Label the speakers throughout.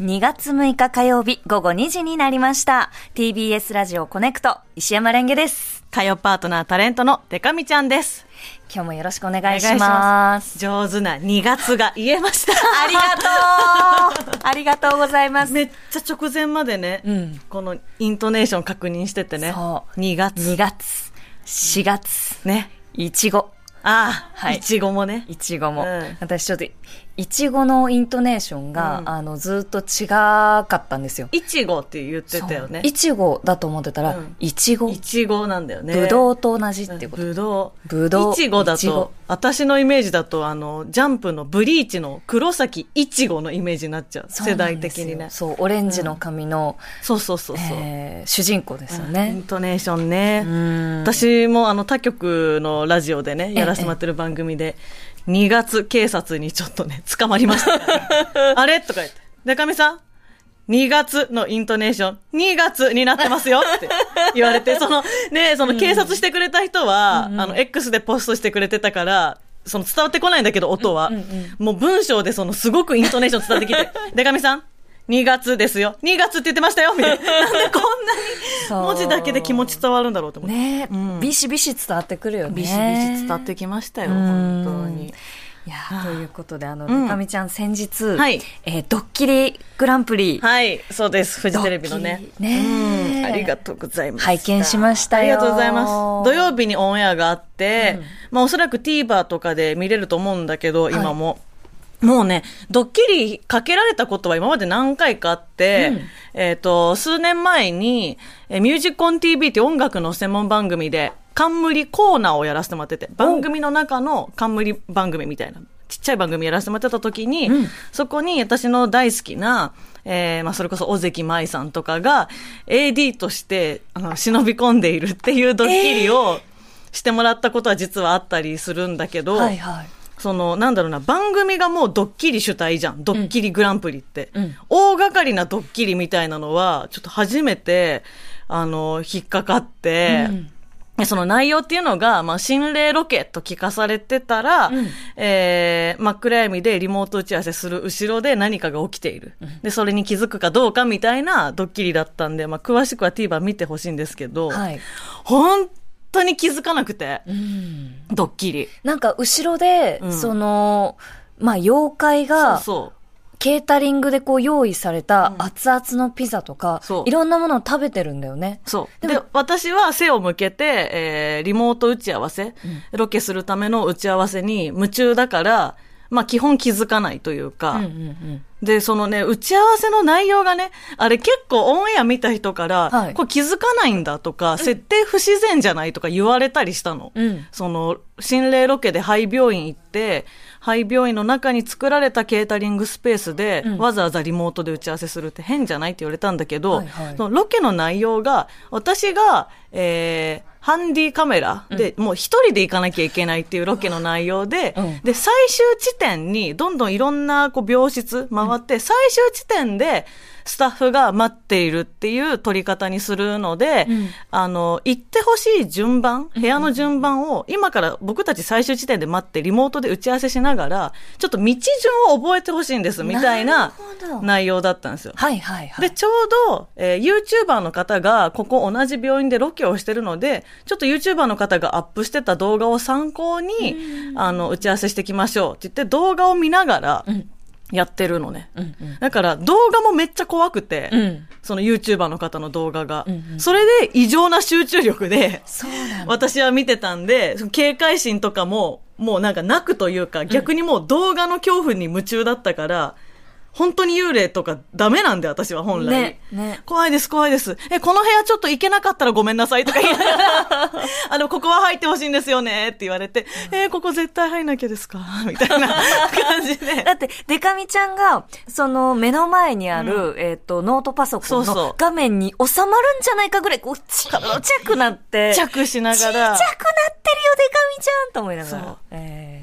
Speaker 1: 2月6日火曜日午後2時になりました。TBS ラジオコネクト、石山レンゲです。
Speaker 2: 火曜パートナータレントのデカミちゃんです。
Speaker 1: 今日もよろしくお願
Speaker 2: お
Speaker 1: いします。
Speaker 2: 上手な2月が言えまし た。
Speaker 1: ありがとうありがとうございます。
Speaker 2: めっちゃ直前までね、
Speaker 1: ん
Speaker 2: このイントネーション確認しててね。
Speaker 1: そう
Speaker 2: 2月。
Speaker 1: 2月、4月、
Speaker 2: ね。
Speaker 1: いちご。
Speaker 2: ああ、
Speaker 1: はい
Speaker 2: いちごもね。
Speaker 1: いちごも、
Speaker 2: うん
Speaker 1: 私ちょっといちごのイントネーションが、
Speaker 2: うん
Speaker 1: あのずっと違かったんですよ。
Speaker 2: いちごって言ってたよね。
Speaker 1: いちごだと思ってたら、
Speaker 2: うん
Speaker 1: いちご
Speaker 2: いちごなんだよね。
Speaker 1: ぶどうと同じっていうこと。
Speaker 2: ぶどう。
Speaker 1: ぶどう
Speaker 2: いちごだ
Speaker 1: いちご
Speaker 2: と、私のイメージだと、あの、ジャンプのブリーチの黒崎いちごのイメージになっちゃう。
Speaker 1: そう
Speaker 2: 世
Speaker 1: な
Speaker 2: 代
Speaker 1: んです
Speaker 2: 的
Speaker 1: よ
Speaker 2: にね。
Speaker 1: そうオレンジの髪の、
Speaker 2: そうそうそうそう。
Speaker 1: えー主人公ですよ
Speaker 2: イン
Speaker 1: ね。
Speaker 2: トネーションね。
Speaker 1: うん
Speaker 2: 私もあの他局のラジオでね、
Speaker 1: え
Speaker 2: やらせてもらってる番組で、2月警察にちょっとね、捕まりま した。あれとか言って。中見さん ?2 月のイントネーション、2月になってますよって言わ れて、そのね、その警察してくれた人は、あの X でポストしてくれてたから、その伝わってこないんだけど、音は。もう文章でそのすごくイントネーション伝わって きて、中見さん ?2 月ですよ。2月って言ってましたよみたいな。なんでこんな
Speaker 1: そう
Speaker 2: に文字だけで気持ち伝わるんだろうと思って。
Speaker 1: ね、
Speaker 2: うん
Speaker 1: ビシビシ伝わってくるよね。
Speaker 2: ビシビシ伝わってきましたよ、
Speaker 1: うん
Speaker 2: 本当に。
Speaker 1: いやーということであの、
Speaker 2: うん
Speaker 1: かみちゃん先日、
Speaker 2: はい
Speaker 1: えードッキリグランプリ、
Speaker 2: はい、そうです。フジテレビのね
Speaker 1: ドッ。キリね
Speaker 2: うんありがとうございます。
Speaker 1: 拝見しましたよ
Speaker 2: ありがとうございます。土曜日にオンエアがあって、まあおそらく TVer とかで見れると思うんだけど、今も。もうね、ドッキリかけられたことは今まで何回かあって、えっ、と、数年前に、えーミュージックオン TV っていう音楽の専門番組で、冠コーナーをやらせてもらってて、番組の中の冠番組みたいな、ちっちゃい番組やらせてもらってた時に、そこに私の大好きな、えーまあ、それこそ尾関舞さんとかが、AD として、あの、忍び込んでいるっていうドッキリを、してもらったことは実はあったりするんだけど、
Speaker 1: はいはい。
Speaker 2: その、なんだろうな、番組がもうドッキリ主体じゃん。ドッキリグランプリって。
Speaker 1: うん
Speaker 2: 大掛かりなドッキリみたいなのは、ちょっと初めて、あの、引っかかって、でその内容っていうのが、まあ、心霊ロケと聞かされてたら、
Speaker 1: うん
Speaker 2: えー真っ暗闇でリモート打ち合わせする後ろで何かが起きている。で、それに気づくかどうかみたいなドッキリだったんで、まあ、詳しくは TVer 見てほしいんですけど、
Speaker 1: はい。
Speaker 2: 本当に気づかなくて、ドッキリ。
Speaker 1: なんか後ろで、
Speaker 2: うん
Speaker 1: その、まあ、妖怪
Speaker 2: そう
Speaker 1: が、
Speaker 2: そう。
Speaker 1: ケータリングでこう用意された熱々のピザとか、
Speaker 2: そう
Speaker 1: いろんなものを食べてるんだよね。
Speaker 2: そう。
Speaker 1: で
Speaker 2: で
Speaker 1: も
Speaker 2: 私は背を向けて、えーリモート打ち合わせ、ロケするための打ち合わせに夢中だから、まあ基本気づかないというか、
Speaker 1: うんうん
Speaker 2: で、そのね、打ち合わせの内容がね、あれ結構オンエア見た人から、
Speaker 1: はい
Speaker 2: これ気づかないんだとか、設定不自然じゃないとか言われたりしたの。
Speaker 1: うん。うん。
Speaker 2: その、心霊ロケで廃病院行って、廃病院の中に作られたケータリングスペースで、
Speaker 1: うん
Speaker 2: わざわざリモートで打ち合わせするって変じゃないって言われたんだけど、
Speaker 1: はいはい
Speaker 2: そのロケの内容が、私が、えーハンディカメラで、もう一人で行かなきゃいけないっていうロケの内容で、
Speaker 1: うん
Speaker 2: で、最終地点に、どんどんいろんなこう病室回って、最終地点で、スタッフが待っているっていう撮り方にするので、
Speaker 1: うん
Speaker 2: あの、行ってほしい順番、部屋の順番を、今から僕たち最終地点で待って、リモートで打ち合わせしながら、ちょっと道順を覚えてほしいんです、みたい
Speaker 1: なる
Speaker 2: な
Speaker 1: ほど
Speaker 2: 内容だったんですよ。
Speaker 1: はいはいはい。
Speaker 2: で、ちょうど、えー、YouTuber の方が、ここ同じ病院でロケをしてるので、ちょっと YouTuber の方がアップしてた動画を参考に、あの、打ち合わせしてきましょうって言って、動画を見ながら
Speaker 1: ん、
Speaker 2: やってるのね。
Speaker 1: うんうん。
Speaker 2: だから、動画もめっちゃ怖くて、
Speaker 1: うん。
Speaker 2: その YouTuber の方の動画が。
Speaker 1: うんうん
Speaker 2: それで異常な集中力 で、
Speaker 1: そうなんだ。
Speaker 2: 私は見てたんで、その警戒心とかも、もうなんかなくというか、逆にもう動画の恐怖に夢中だったから、本当に幽霊とかダメなんで、私は本来。
Speaker 1: ね、ね。
Speaker 2: 怖いです、怖いです。え、この部屋ちょっと行けなかったらごめんなさいとか言いなが ら、あの、ここは入ってほしいんですよねって言われて、えーここ絶対入んなきゃですかみたいな感じ で。
Speaker 1: だって、デカミちゃんが、その、目の前にある、えっ、と、ノートパソコン
Speaker 2: そうそ
Speaker 1: の
Speaker 2: う
Speaker 1: 画面に収まるんじゃないかぐらい、こう、ちっちゃくなって。
Speaker 2: ちっちゃくしな
Speaker 1: ちっちゃ
Speaker 2: が
Speaker 1: くなっ
Speaker 2: ら
Speaker 1: てるよ、デカミちゃんと思いながら。
Speaker 2: そう
Speaker 1: え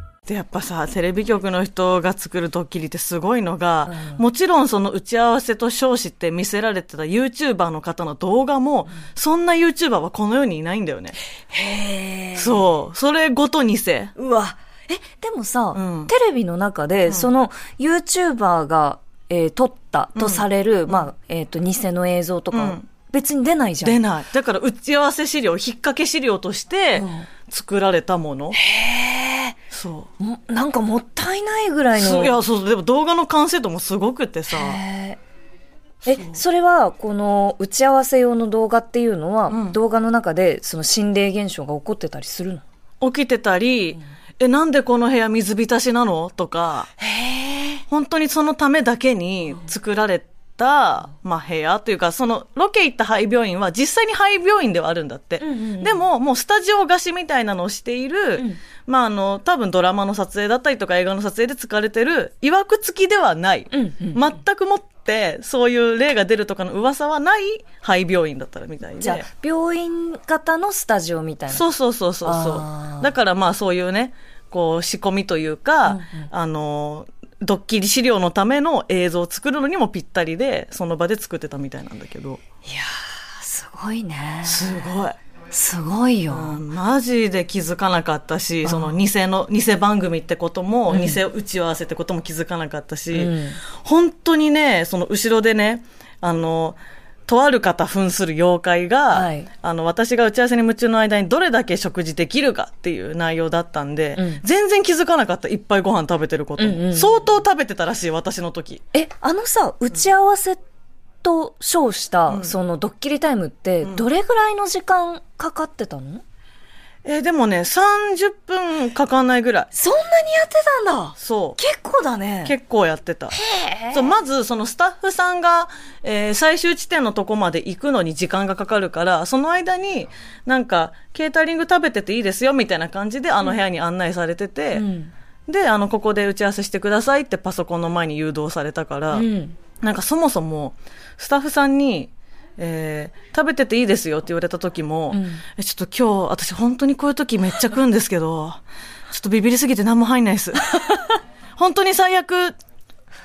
Speaker 2: でやっぱさテレビ局の人が作るドッキリってすごいのが、もちろんその打ち合わせと称して見せられてた YouTuber の方の動画も、そんな YouTuber はこの世にいないんだよね
Speaker 1: へえ。
Speaker 2: そうそれごとにせ
Speaker 1: うわ。え、でもさ、
Speaker 2: うん
Speaker 1: テレビの中で、その YouTuber が、えー撮ったとされる、まあ、えっ、と、偽の映像とか、
Speaker 2: うん
Speaker 1: 別に出ないじゃん。
Speaker 2: 出ないだから打ち合わせ資料引っ掛け資料として
Speaker 1: ん
Speaker 2: 作られたもの、そう
Speaker 1: もなんかもったいないぐらい
Speaker 2: す
Speaker 1: の。
Speaker 2: いやそうでも動画の完成度もすごくてさ
Speaker 1: へーえ、それは、この打ち合わせ用の動画っていうのは、
Speaker 2: うん
Speaker 1: 動画の中でその心霊現象が起こってたりするの
Speaker 2: 起きてたり、えなんでこの部屋水浸しなのとか本当にそのためだけに作られた、まあ、部屋というかそのロケ行った廃病院は実際に廃病院ではあるんだって、でももうスタジオ貸しみたいなのをしている、まああの多分ドラマの撮影だったりとか映画の撮影で使われてるいわくつきではない、全くもってそういう例が出るとかの噂はない廃病院だったらみたいで
Speaker 1: じゃあ、病院型のスタジオみたいな。
Speaker 2: そうそうそうそう
Speaker 1: あ
Speaker 2: そ
Speaker 1: ー
Speaker 2: う。だからまあそういうね、こう仕込みというか、あの、ドッキリ資料のための映像を作るのにもぴったりで、その場で作ってたみたいなんだけど。
Speaker 1: すごいね。
Speaker 2: すごい。
Speaker 1: すごいよ。
Speaker 2: マジで気づかなかったし、その偽の、偽番組ってことも、偽打ち合わせってことも気づかなかったし、本当にね、その後ろでね、あの、とある方扮する妖怪が、
Speaker 1: はい
Speaker 2: あの、私が打ち合わせに夢中の間にどれだけ食事できるかっていう内容だったんで、
Speaker 1: ん
Speaker 2: 全然気づかなかった。いっぱいご飯食べてることも、
Speaker 1: うんうん
Speaker 2: 相当食べてたらしい、私の時。
Speaker 1: え、あのさ、打ち合わせと称した、そのドッキリタイムって、どれぐらいの時間かかってたの、
Speaker 2: えーでもね、30分かかんないぐらい。
Speaker 1: そんなにやってたんだ
Speaker 2: そう。
Speaker 1: 結構だね。
Speaker 2: 結構やってた。そうまず、そのスタッフさんが、えー最終地点のとこまで行くのに時間がかかるから、その間に、なんか、ケータリング食べてていいですよ、みたいな感じで、あの部屋に案内されてて、
Speaker 1: うん
Speaker 2: で、あの、ここで打ち合わせしてくださいってパソコンの前に誘導されたから、
Speaker 1: うん。
Speaker 2: なんかそもそも、スタッフさんに、えー食べてていいですよって言われた時も、えちょっと今日、私本当にこういう時めっちゃ食うんですけど、ちょっとビビりすぎて何も入んないです。本当に最悪、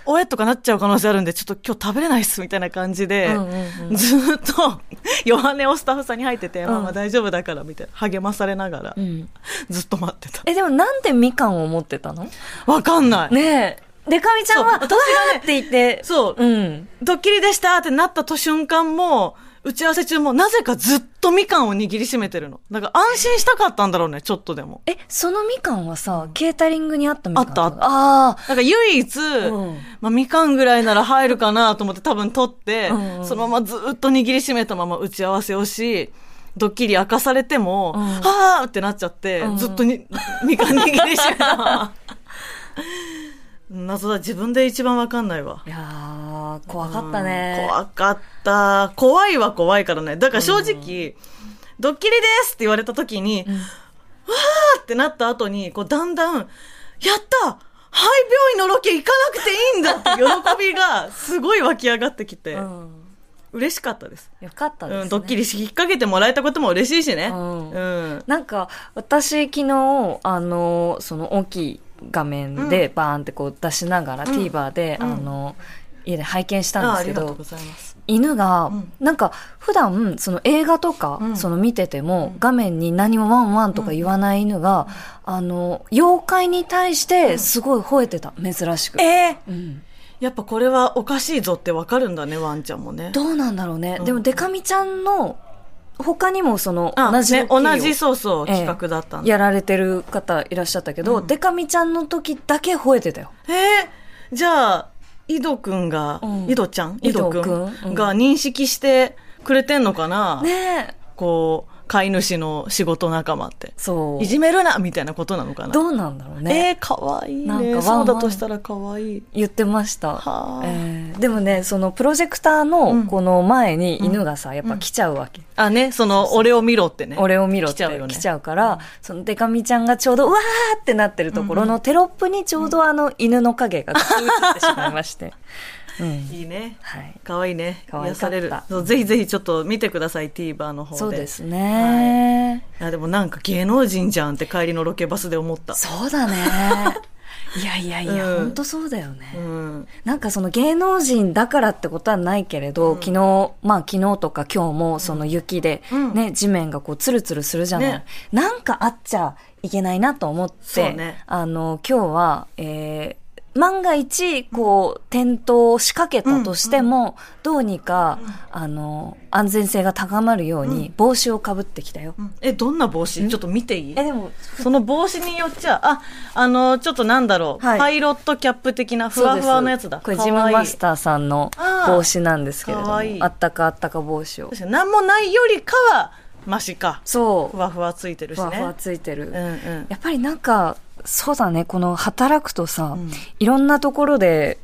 Speaker 2: おえとかなっちゃう可能性あるんで、ちょっと今日食べれないっす、みたいな感じで、
Speaker 1: うんうん
Speaker 2: ずーっと、 弱音をスタッフさんに入ってて、まあまあ大丈夫だから、みたいな、励まされながら、
Speaker 1: ん
Speaker 2: ずっと待ってた。
Speaker 1: え、でもなんでみかんを持ってたの
Speaker 2: わかんない。
Speaker 1: ねえ。でかみちゃんは、
Speaker 2: そう
Speaker 1: わ
Speaker 2: 私がね
Speaker 1: ーって言って、
Speaker 2: そう、
Speaker 1: うん。
Speaker 2: ドッキリでしたってなったと瞬間も、打ち合わせ中もなぜかずっとみかんを握りしめてるの。だから安心したかったんだろうね、ちょっとでも。
Speaker 1: え、そのみかんはさ、ケータリングにあったみかん
Speaker 2: あったあった
Speaker 1: ああ。
Speaker 2: なんか唯一、
Speaker 1: うん
Speaker 2: まあみかんぐらいなら入るかなと思って多分取って、
Speaker 1: うんうん
Speaker 2: そのままずっと握りしめたまま打ち合わせをし、ドッキリ明かされても、
Speaker 1: ん
Speaker 2: はーってなっちゃって、
Speaker 1: うん
Speaker 2: ずっ とに、みかん握りしめたまま。 謎だ、自分で一番わかんないわ。
Speaker 1: いやー、怖かったね。
Speaker 2: うん怖かった。怖いは怖いからね。だから正直、ドッキリですって言われた時に、わーってなった後に、こうだんだん、やった廃病院のロケ行かなくていいんだって喜 びがすごい湧き上がってきて、
Speaker 1: うん。
Speaker 2: 嬉しかったです。
Speaker 1: よかったです、ね。
Speaker 2: うん、ドッキリ引っ掛けてもらえたことも嬉しいしね。
Speaker 1: うん
Speaker 2: うん
Speaker 1: なんか、私、昨日、あの、その大きい画面でバーンってこう出しながら、TVer で、あの、家で拝見したん
Speaker 2: あ
Speaker 1: で
Speaker 2: あ
Speaker 1: す
Speaker 2: り
Speaker 1: け
Speaker 2: がとう
Speaker 1: ど
Speaker 2: ご、ざいます。
Speaker 1: 犬が
Speaker 2: ん、
Speaker 1: なんか、普段、その映画とか、
Speaker 2: ん
Speaker 1: その見てても、画面に何もワンワンとか言わない犬が、あの、妖怪に対して、すごい吠えてた、珍しく。
Speaker 2: えー
Speaker 1: うん
Speaker 2: やっぱこれはおかしいぞってわかるんだね、ワンちゃんもね。
Speaker 1: どうなんだろうね。でも、デカミちゃんの、他にもその、
Speaker 2: あ
Speaker 1: 同じドッ
Speaker 2: ね
Speaker 1: キリを、
Speaker 2: 同じ、そうそう、企画だったんだ
Speaker 1: ええやられてる方いらっしゃったけど、デカミちゃんの時だけ吠えてたよ。
Speaker 2: えー、じゃあ、井戸くんが、
Speaker 1: うん
Speaker 2: 井戸ちゃん
Speaker 1: 井
Speaker 2: 井
Speaker 1: 戸
Speaker 2: 戸
Speaker 1: く
Speaker 2: く
Speaker 1: ん
Speaker 2: ん
Speaker 1: うん
Speaker 2: が認識してくれてんのかな、
Speaker 1: ねえ。
Speaker 2: こう、飼い主の仕事仲間って。
Speaker 1: そう
Speaker 2: い。じめるなみたいなことなのかな。
Speaker 1: どうなんだろうね。
Speaker 2: えー、かわいい
Speaker 1: なんかワ
Speaker 2: ね。
Speaker 1: ンワ
Speaker 2: そ
Speaker 1: ン
Speaker 2: うだとしたらかわいい。
Speaker 1: 言ってました
Speaker 2: はあ。
Speaker 1: えーでもね、そのプロジェクターのこの前に犬がさ、やっぱ来ちゃうわけ。
Speaker 2: あ、ね、その、俺を見ろってね。
Speaker 1: 俺を見ろって
Speaker 2: 来ちゃうよね
Speaker 1: 来ちゃうから、そのデカミちゃんがちょうど、うわーってなってるところのテロップにちょうどあの犬の影が映ってしまいま して。うん。
Speaker 2: いいね。
Speaker 1: はい。
Speaker 2: かわいいね。
Speaker 1: 可愛か
Speaker 2: 癒
Speaker 1: った
Speaker 2: される。そうぜひぜひちょっと見てください、TVer の方で。
Speaker 1: そうですね。
Speaker 2: いや、でもなんか芸能人じゃんって帰りのロケバスで思った。
Speaker 1: そうだ ね。いやいやいや、
Speaker 2: うん
Speaker 1: 本当そうだよね。
Speaker 2: うん。
Speaker 1: なんかその芸能人だからってことはないけれど、昨日、まあ昨日とか今日もその雪で
Speaker 2: うん
Speaker 1: ね、地面がこうツルツルするじゃない、
Speaker 2: ね
Speaker 1: なんかあっちゃいけないなと思っ
Speaker 2: そ
Speaker 1: て、
Speaker 2: うね
Speaker 1: あの、今日は、えー万が一、こう、転倒を仕掛けたとしても、どうにか、あの、安全性が高まるように、帽子をかぶってきたよ。
Speaker 2: え、どんな帽子ちょっと見ていい
Speaker 1: え、でも、
Speaker 2: その帽子によっちゃ、あ、あの、ちょっとなんだろう、
Speaker 1: はい
Speaker 2: パイロットキャップ的なふ
Speaker 1: そう
Speaker 2: わ
Speaker 1: です
Speaker 2: ふわのやつだ。
Speaker 1: これ
Speaker 2: かわ
Speaker 1: ジ
Speaker 2: いい
Speaker 1: ムマスターさんの帽子なんですけれど
Speaker 2: あーか
Speaker 1: も、
Speaker 2: わいい
Speaker 1: あったかあったか帽子を
Speaker 2: 確。かに何もないよりかは、マシか。
Speaker 1: そう
Speaker 2: ふ。わふわついてるし
Speaker 1: ふわ
Speaker 2: ね。
Speaker 1: ふわついてる、
Speaker 2: うんうん。
Speaker 1: やっぱりなんかそうだねこの働くとさ、
Speaker 2: うん
Speaker 1: いろんなところで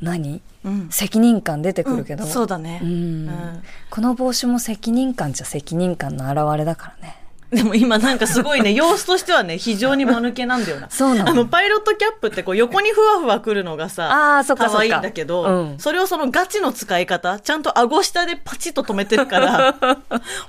Speaker 1: 何
Speaker 2: うん。
Speaker 1: 責任感出てくるけど、
Speaker 2: うんそうだね。
Speaker 1: うん
Speaker 2: うん
Speaker 1: この帽子も責任感じゃ責任感の表れだからね
Speaker 2: でも今なんかすご いね、様子としてはね、非常に間抜けなんだよな。
Speaker 1: そうなの
Speaker 2: あの、パイロットキャップってこう横にふわふわくるのがさ、
Speaker 1: あーそっかそっか
Speaker 2: 可愛いんだけど、
Speaker 1: うん
Speaker 2: それをそのガチの使い方、ちゃんと顎下でパチッと止めてる から、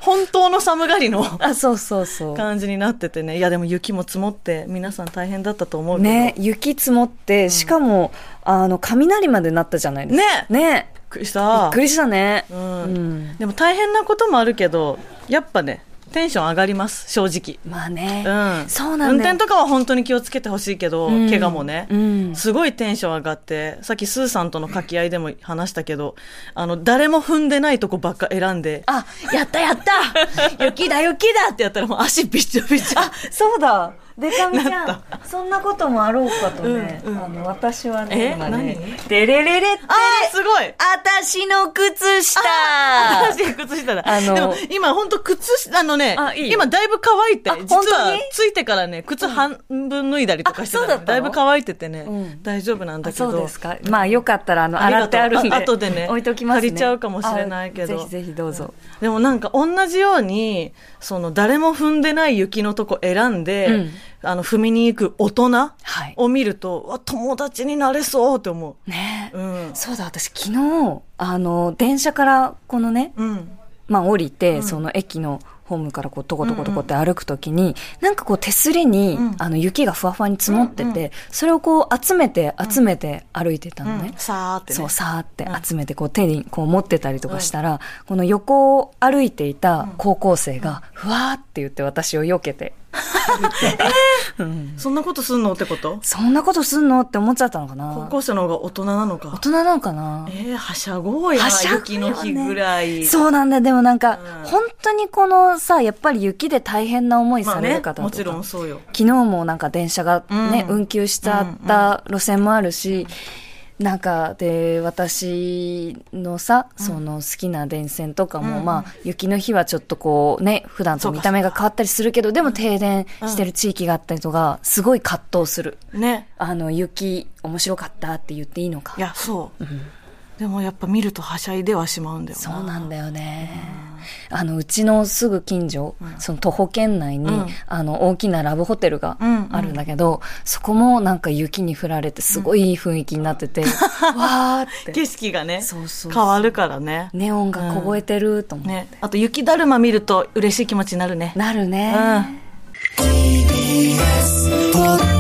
Speaker 2: 本当の寒がりの
Speaker 1: あそうそうそう
Speaker 2: 感じになっててね。いやでも雪も積もって、皆さん大変だったと思うけど。
Speaker 1: ね雪積もって、しかもあの雷までなったじゃないですかねね
Speaker 2: びっくりし
Speaker 1: びったく。りしたね
Speaker 2: うん
Speaker 1: うん
Speaker 2: でも大変なこともあるけど、やっぱね、テンション上がります、正直。
Speaker 1: まあね、
Speaker 2: うん。
Speaker 1: そうなん
Speaker 2: 運
Speaker 1: だよ
Speaker 2: 転とかは本当に気をつけてほしいけど、
Speaker 1: うん
Speaker 2: 怪我もね。
Speaker 1: うん
Speaker 2: すごいテンション上がって、さっきスーさんとの掛け合いでも話したけど、あの、誰も踏んでないとこばっか選んで、
Speaker 1: あやったやった雪だ雪だ
Speaker 2: あってやったらもう足びちょびちょ。
Speaker 1: そうだ、デカミちゃん、そんなこともあろうかとね、
Speaker 2: うんうん
Speaker 1: あの私はね、
Speaker 2: え
Speaker 1: 今ね、
Speaker 2: 何
Speaker 1: デレレレって、
Speaker 2: あーすごい
Speaker 1: 私の靴下
Speaker 2: あ確かに靴下だ。
Speaker 1: あの
Speaker 2: でも今ほんと靴下、あのね
Speaker 1: あいいよ
Speaker 2: 今だいぶ乾いて
Speaker 1: あ、
Speaker 2: 実
Speaker 1: 本当
Speaker 2: は
Speaker 1: に
Speaker 2: ついてからね、靴半分脱いだりとかしてたの
Speaker 1: あそうだったの
Speaker 2: だいぶ乾いててね、
Speaker 1: うん
Speaker 2: 大丈夫なんだけど。
Speaker 1: そうですか。まあよかったらあの洗ってあるんで、
Speaker 2: ありがとうあ後でね
Speaker 1: 置いときますね。
Speaker 2: 借りちゃうかもしれないけど
Speaker 1: あぜひぜひどうぞ。
Speaker 2: でもなんか同じように、その誰も踏んでない雪のとこ選んで、
Speaker 1: うん
Speaker 2: あの踏みに行く大人
Speaker 1: はい
Speaker 2: を見ると、うわ友達になれそうって思
Speaker 1: ね
Speaker 2: う。う、ん。
Speaker 1: そうだ、私昨日あの電車からこのね、
Speaker 2: うん。
Speaker 1: まあ降りて、その駅のホームからこう、とことことこって歩くときに、なんかこう手すりに、
Speaker 2: うん
Speaker 1: あの雪がふわふわに積もってて、
Speaker 2: うんう
Speaker 1: それをこう集めて、集めて歩いてたのね。
Speaker 2: さーってね。
Speaker 1: そう、さーって
Speaker 2: うん
Speaker 1: 集めて、こう手にこう持ってたりとかしたら、この横を歩いていた高校生が、ふわーって言って私を避けて、
Speaker 2: そんなことすんのってこと
Speaker 1: そんなことすんのって思っちゃったのかな
Speaker 2: 高校生の方が大人なの
Speaker 1: 大
Speaker 2: か。
Speaker 1: 人なのかな
Speaker 2: えー、はしゃごうや。
Speaker 1: はしゃぐよね
Speaker 2: 雪の日ぐらい。
Speaker 1: そうなんだよ。でもなんか、
Speaker 2: うん
Speaker 1: 本当にこのさ、やっぱり雪で大変な思い
Speaker 2: ま
Speaker 1: さ
Speaker 2: あ
Speaker 1: れ
Speaker 2: ね
Speaker 1: る方と、か、
Speaker 2: もちろんそうよ。
Speaker 1: 昨日もなんか電車がね、
Speaker 2: うん
Speaker 1: 運休しちゃった路線もあるし、なんかで私のさ、その好きな電線とかも、
Speaker 2: うん
Speaker 1: まあ雪の日はちょっとこうね普段と見た目が変わったりするけどでも停電してる地域があったりとかすごい葛藤する
Speaker 2: ね。
Speaker 1: あの雪面白かったって言っていいのか
Speaker 2: いや、そう。でもやっぱ見るとはしゃいではしまうんだよな。
Speaker 1: そうなんだよね。あの、うちのすぐ近所、その徒歩圏内に、
Speaker 2: うん
Speaker 1: あの、大きなラブホテルが
Speaker 2: うんうん
Speaker 1: あるんだけど、そこもなんか雪に降られて、すごいいい雰囲気にな ってて、わーって。
Speaker 2: 景色がね、
Speaker 1: そうそうそう
Speaker 2: 変わるからね。
Speaker 1: ネオンが凍えてると思う。
Speaker 2: ね。あと雪だるま見ると嬉しい気持ちになるね。
Speaker 1: なるね。
Speaker 2: うん。
Speaker 3: ポッ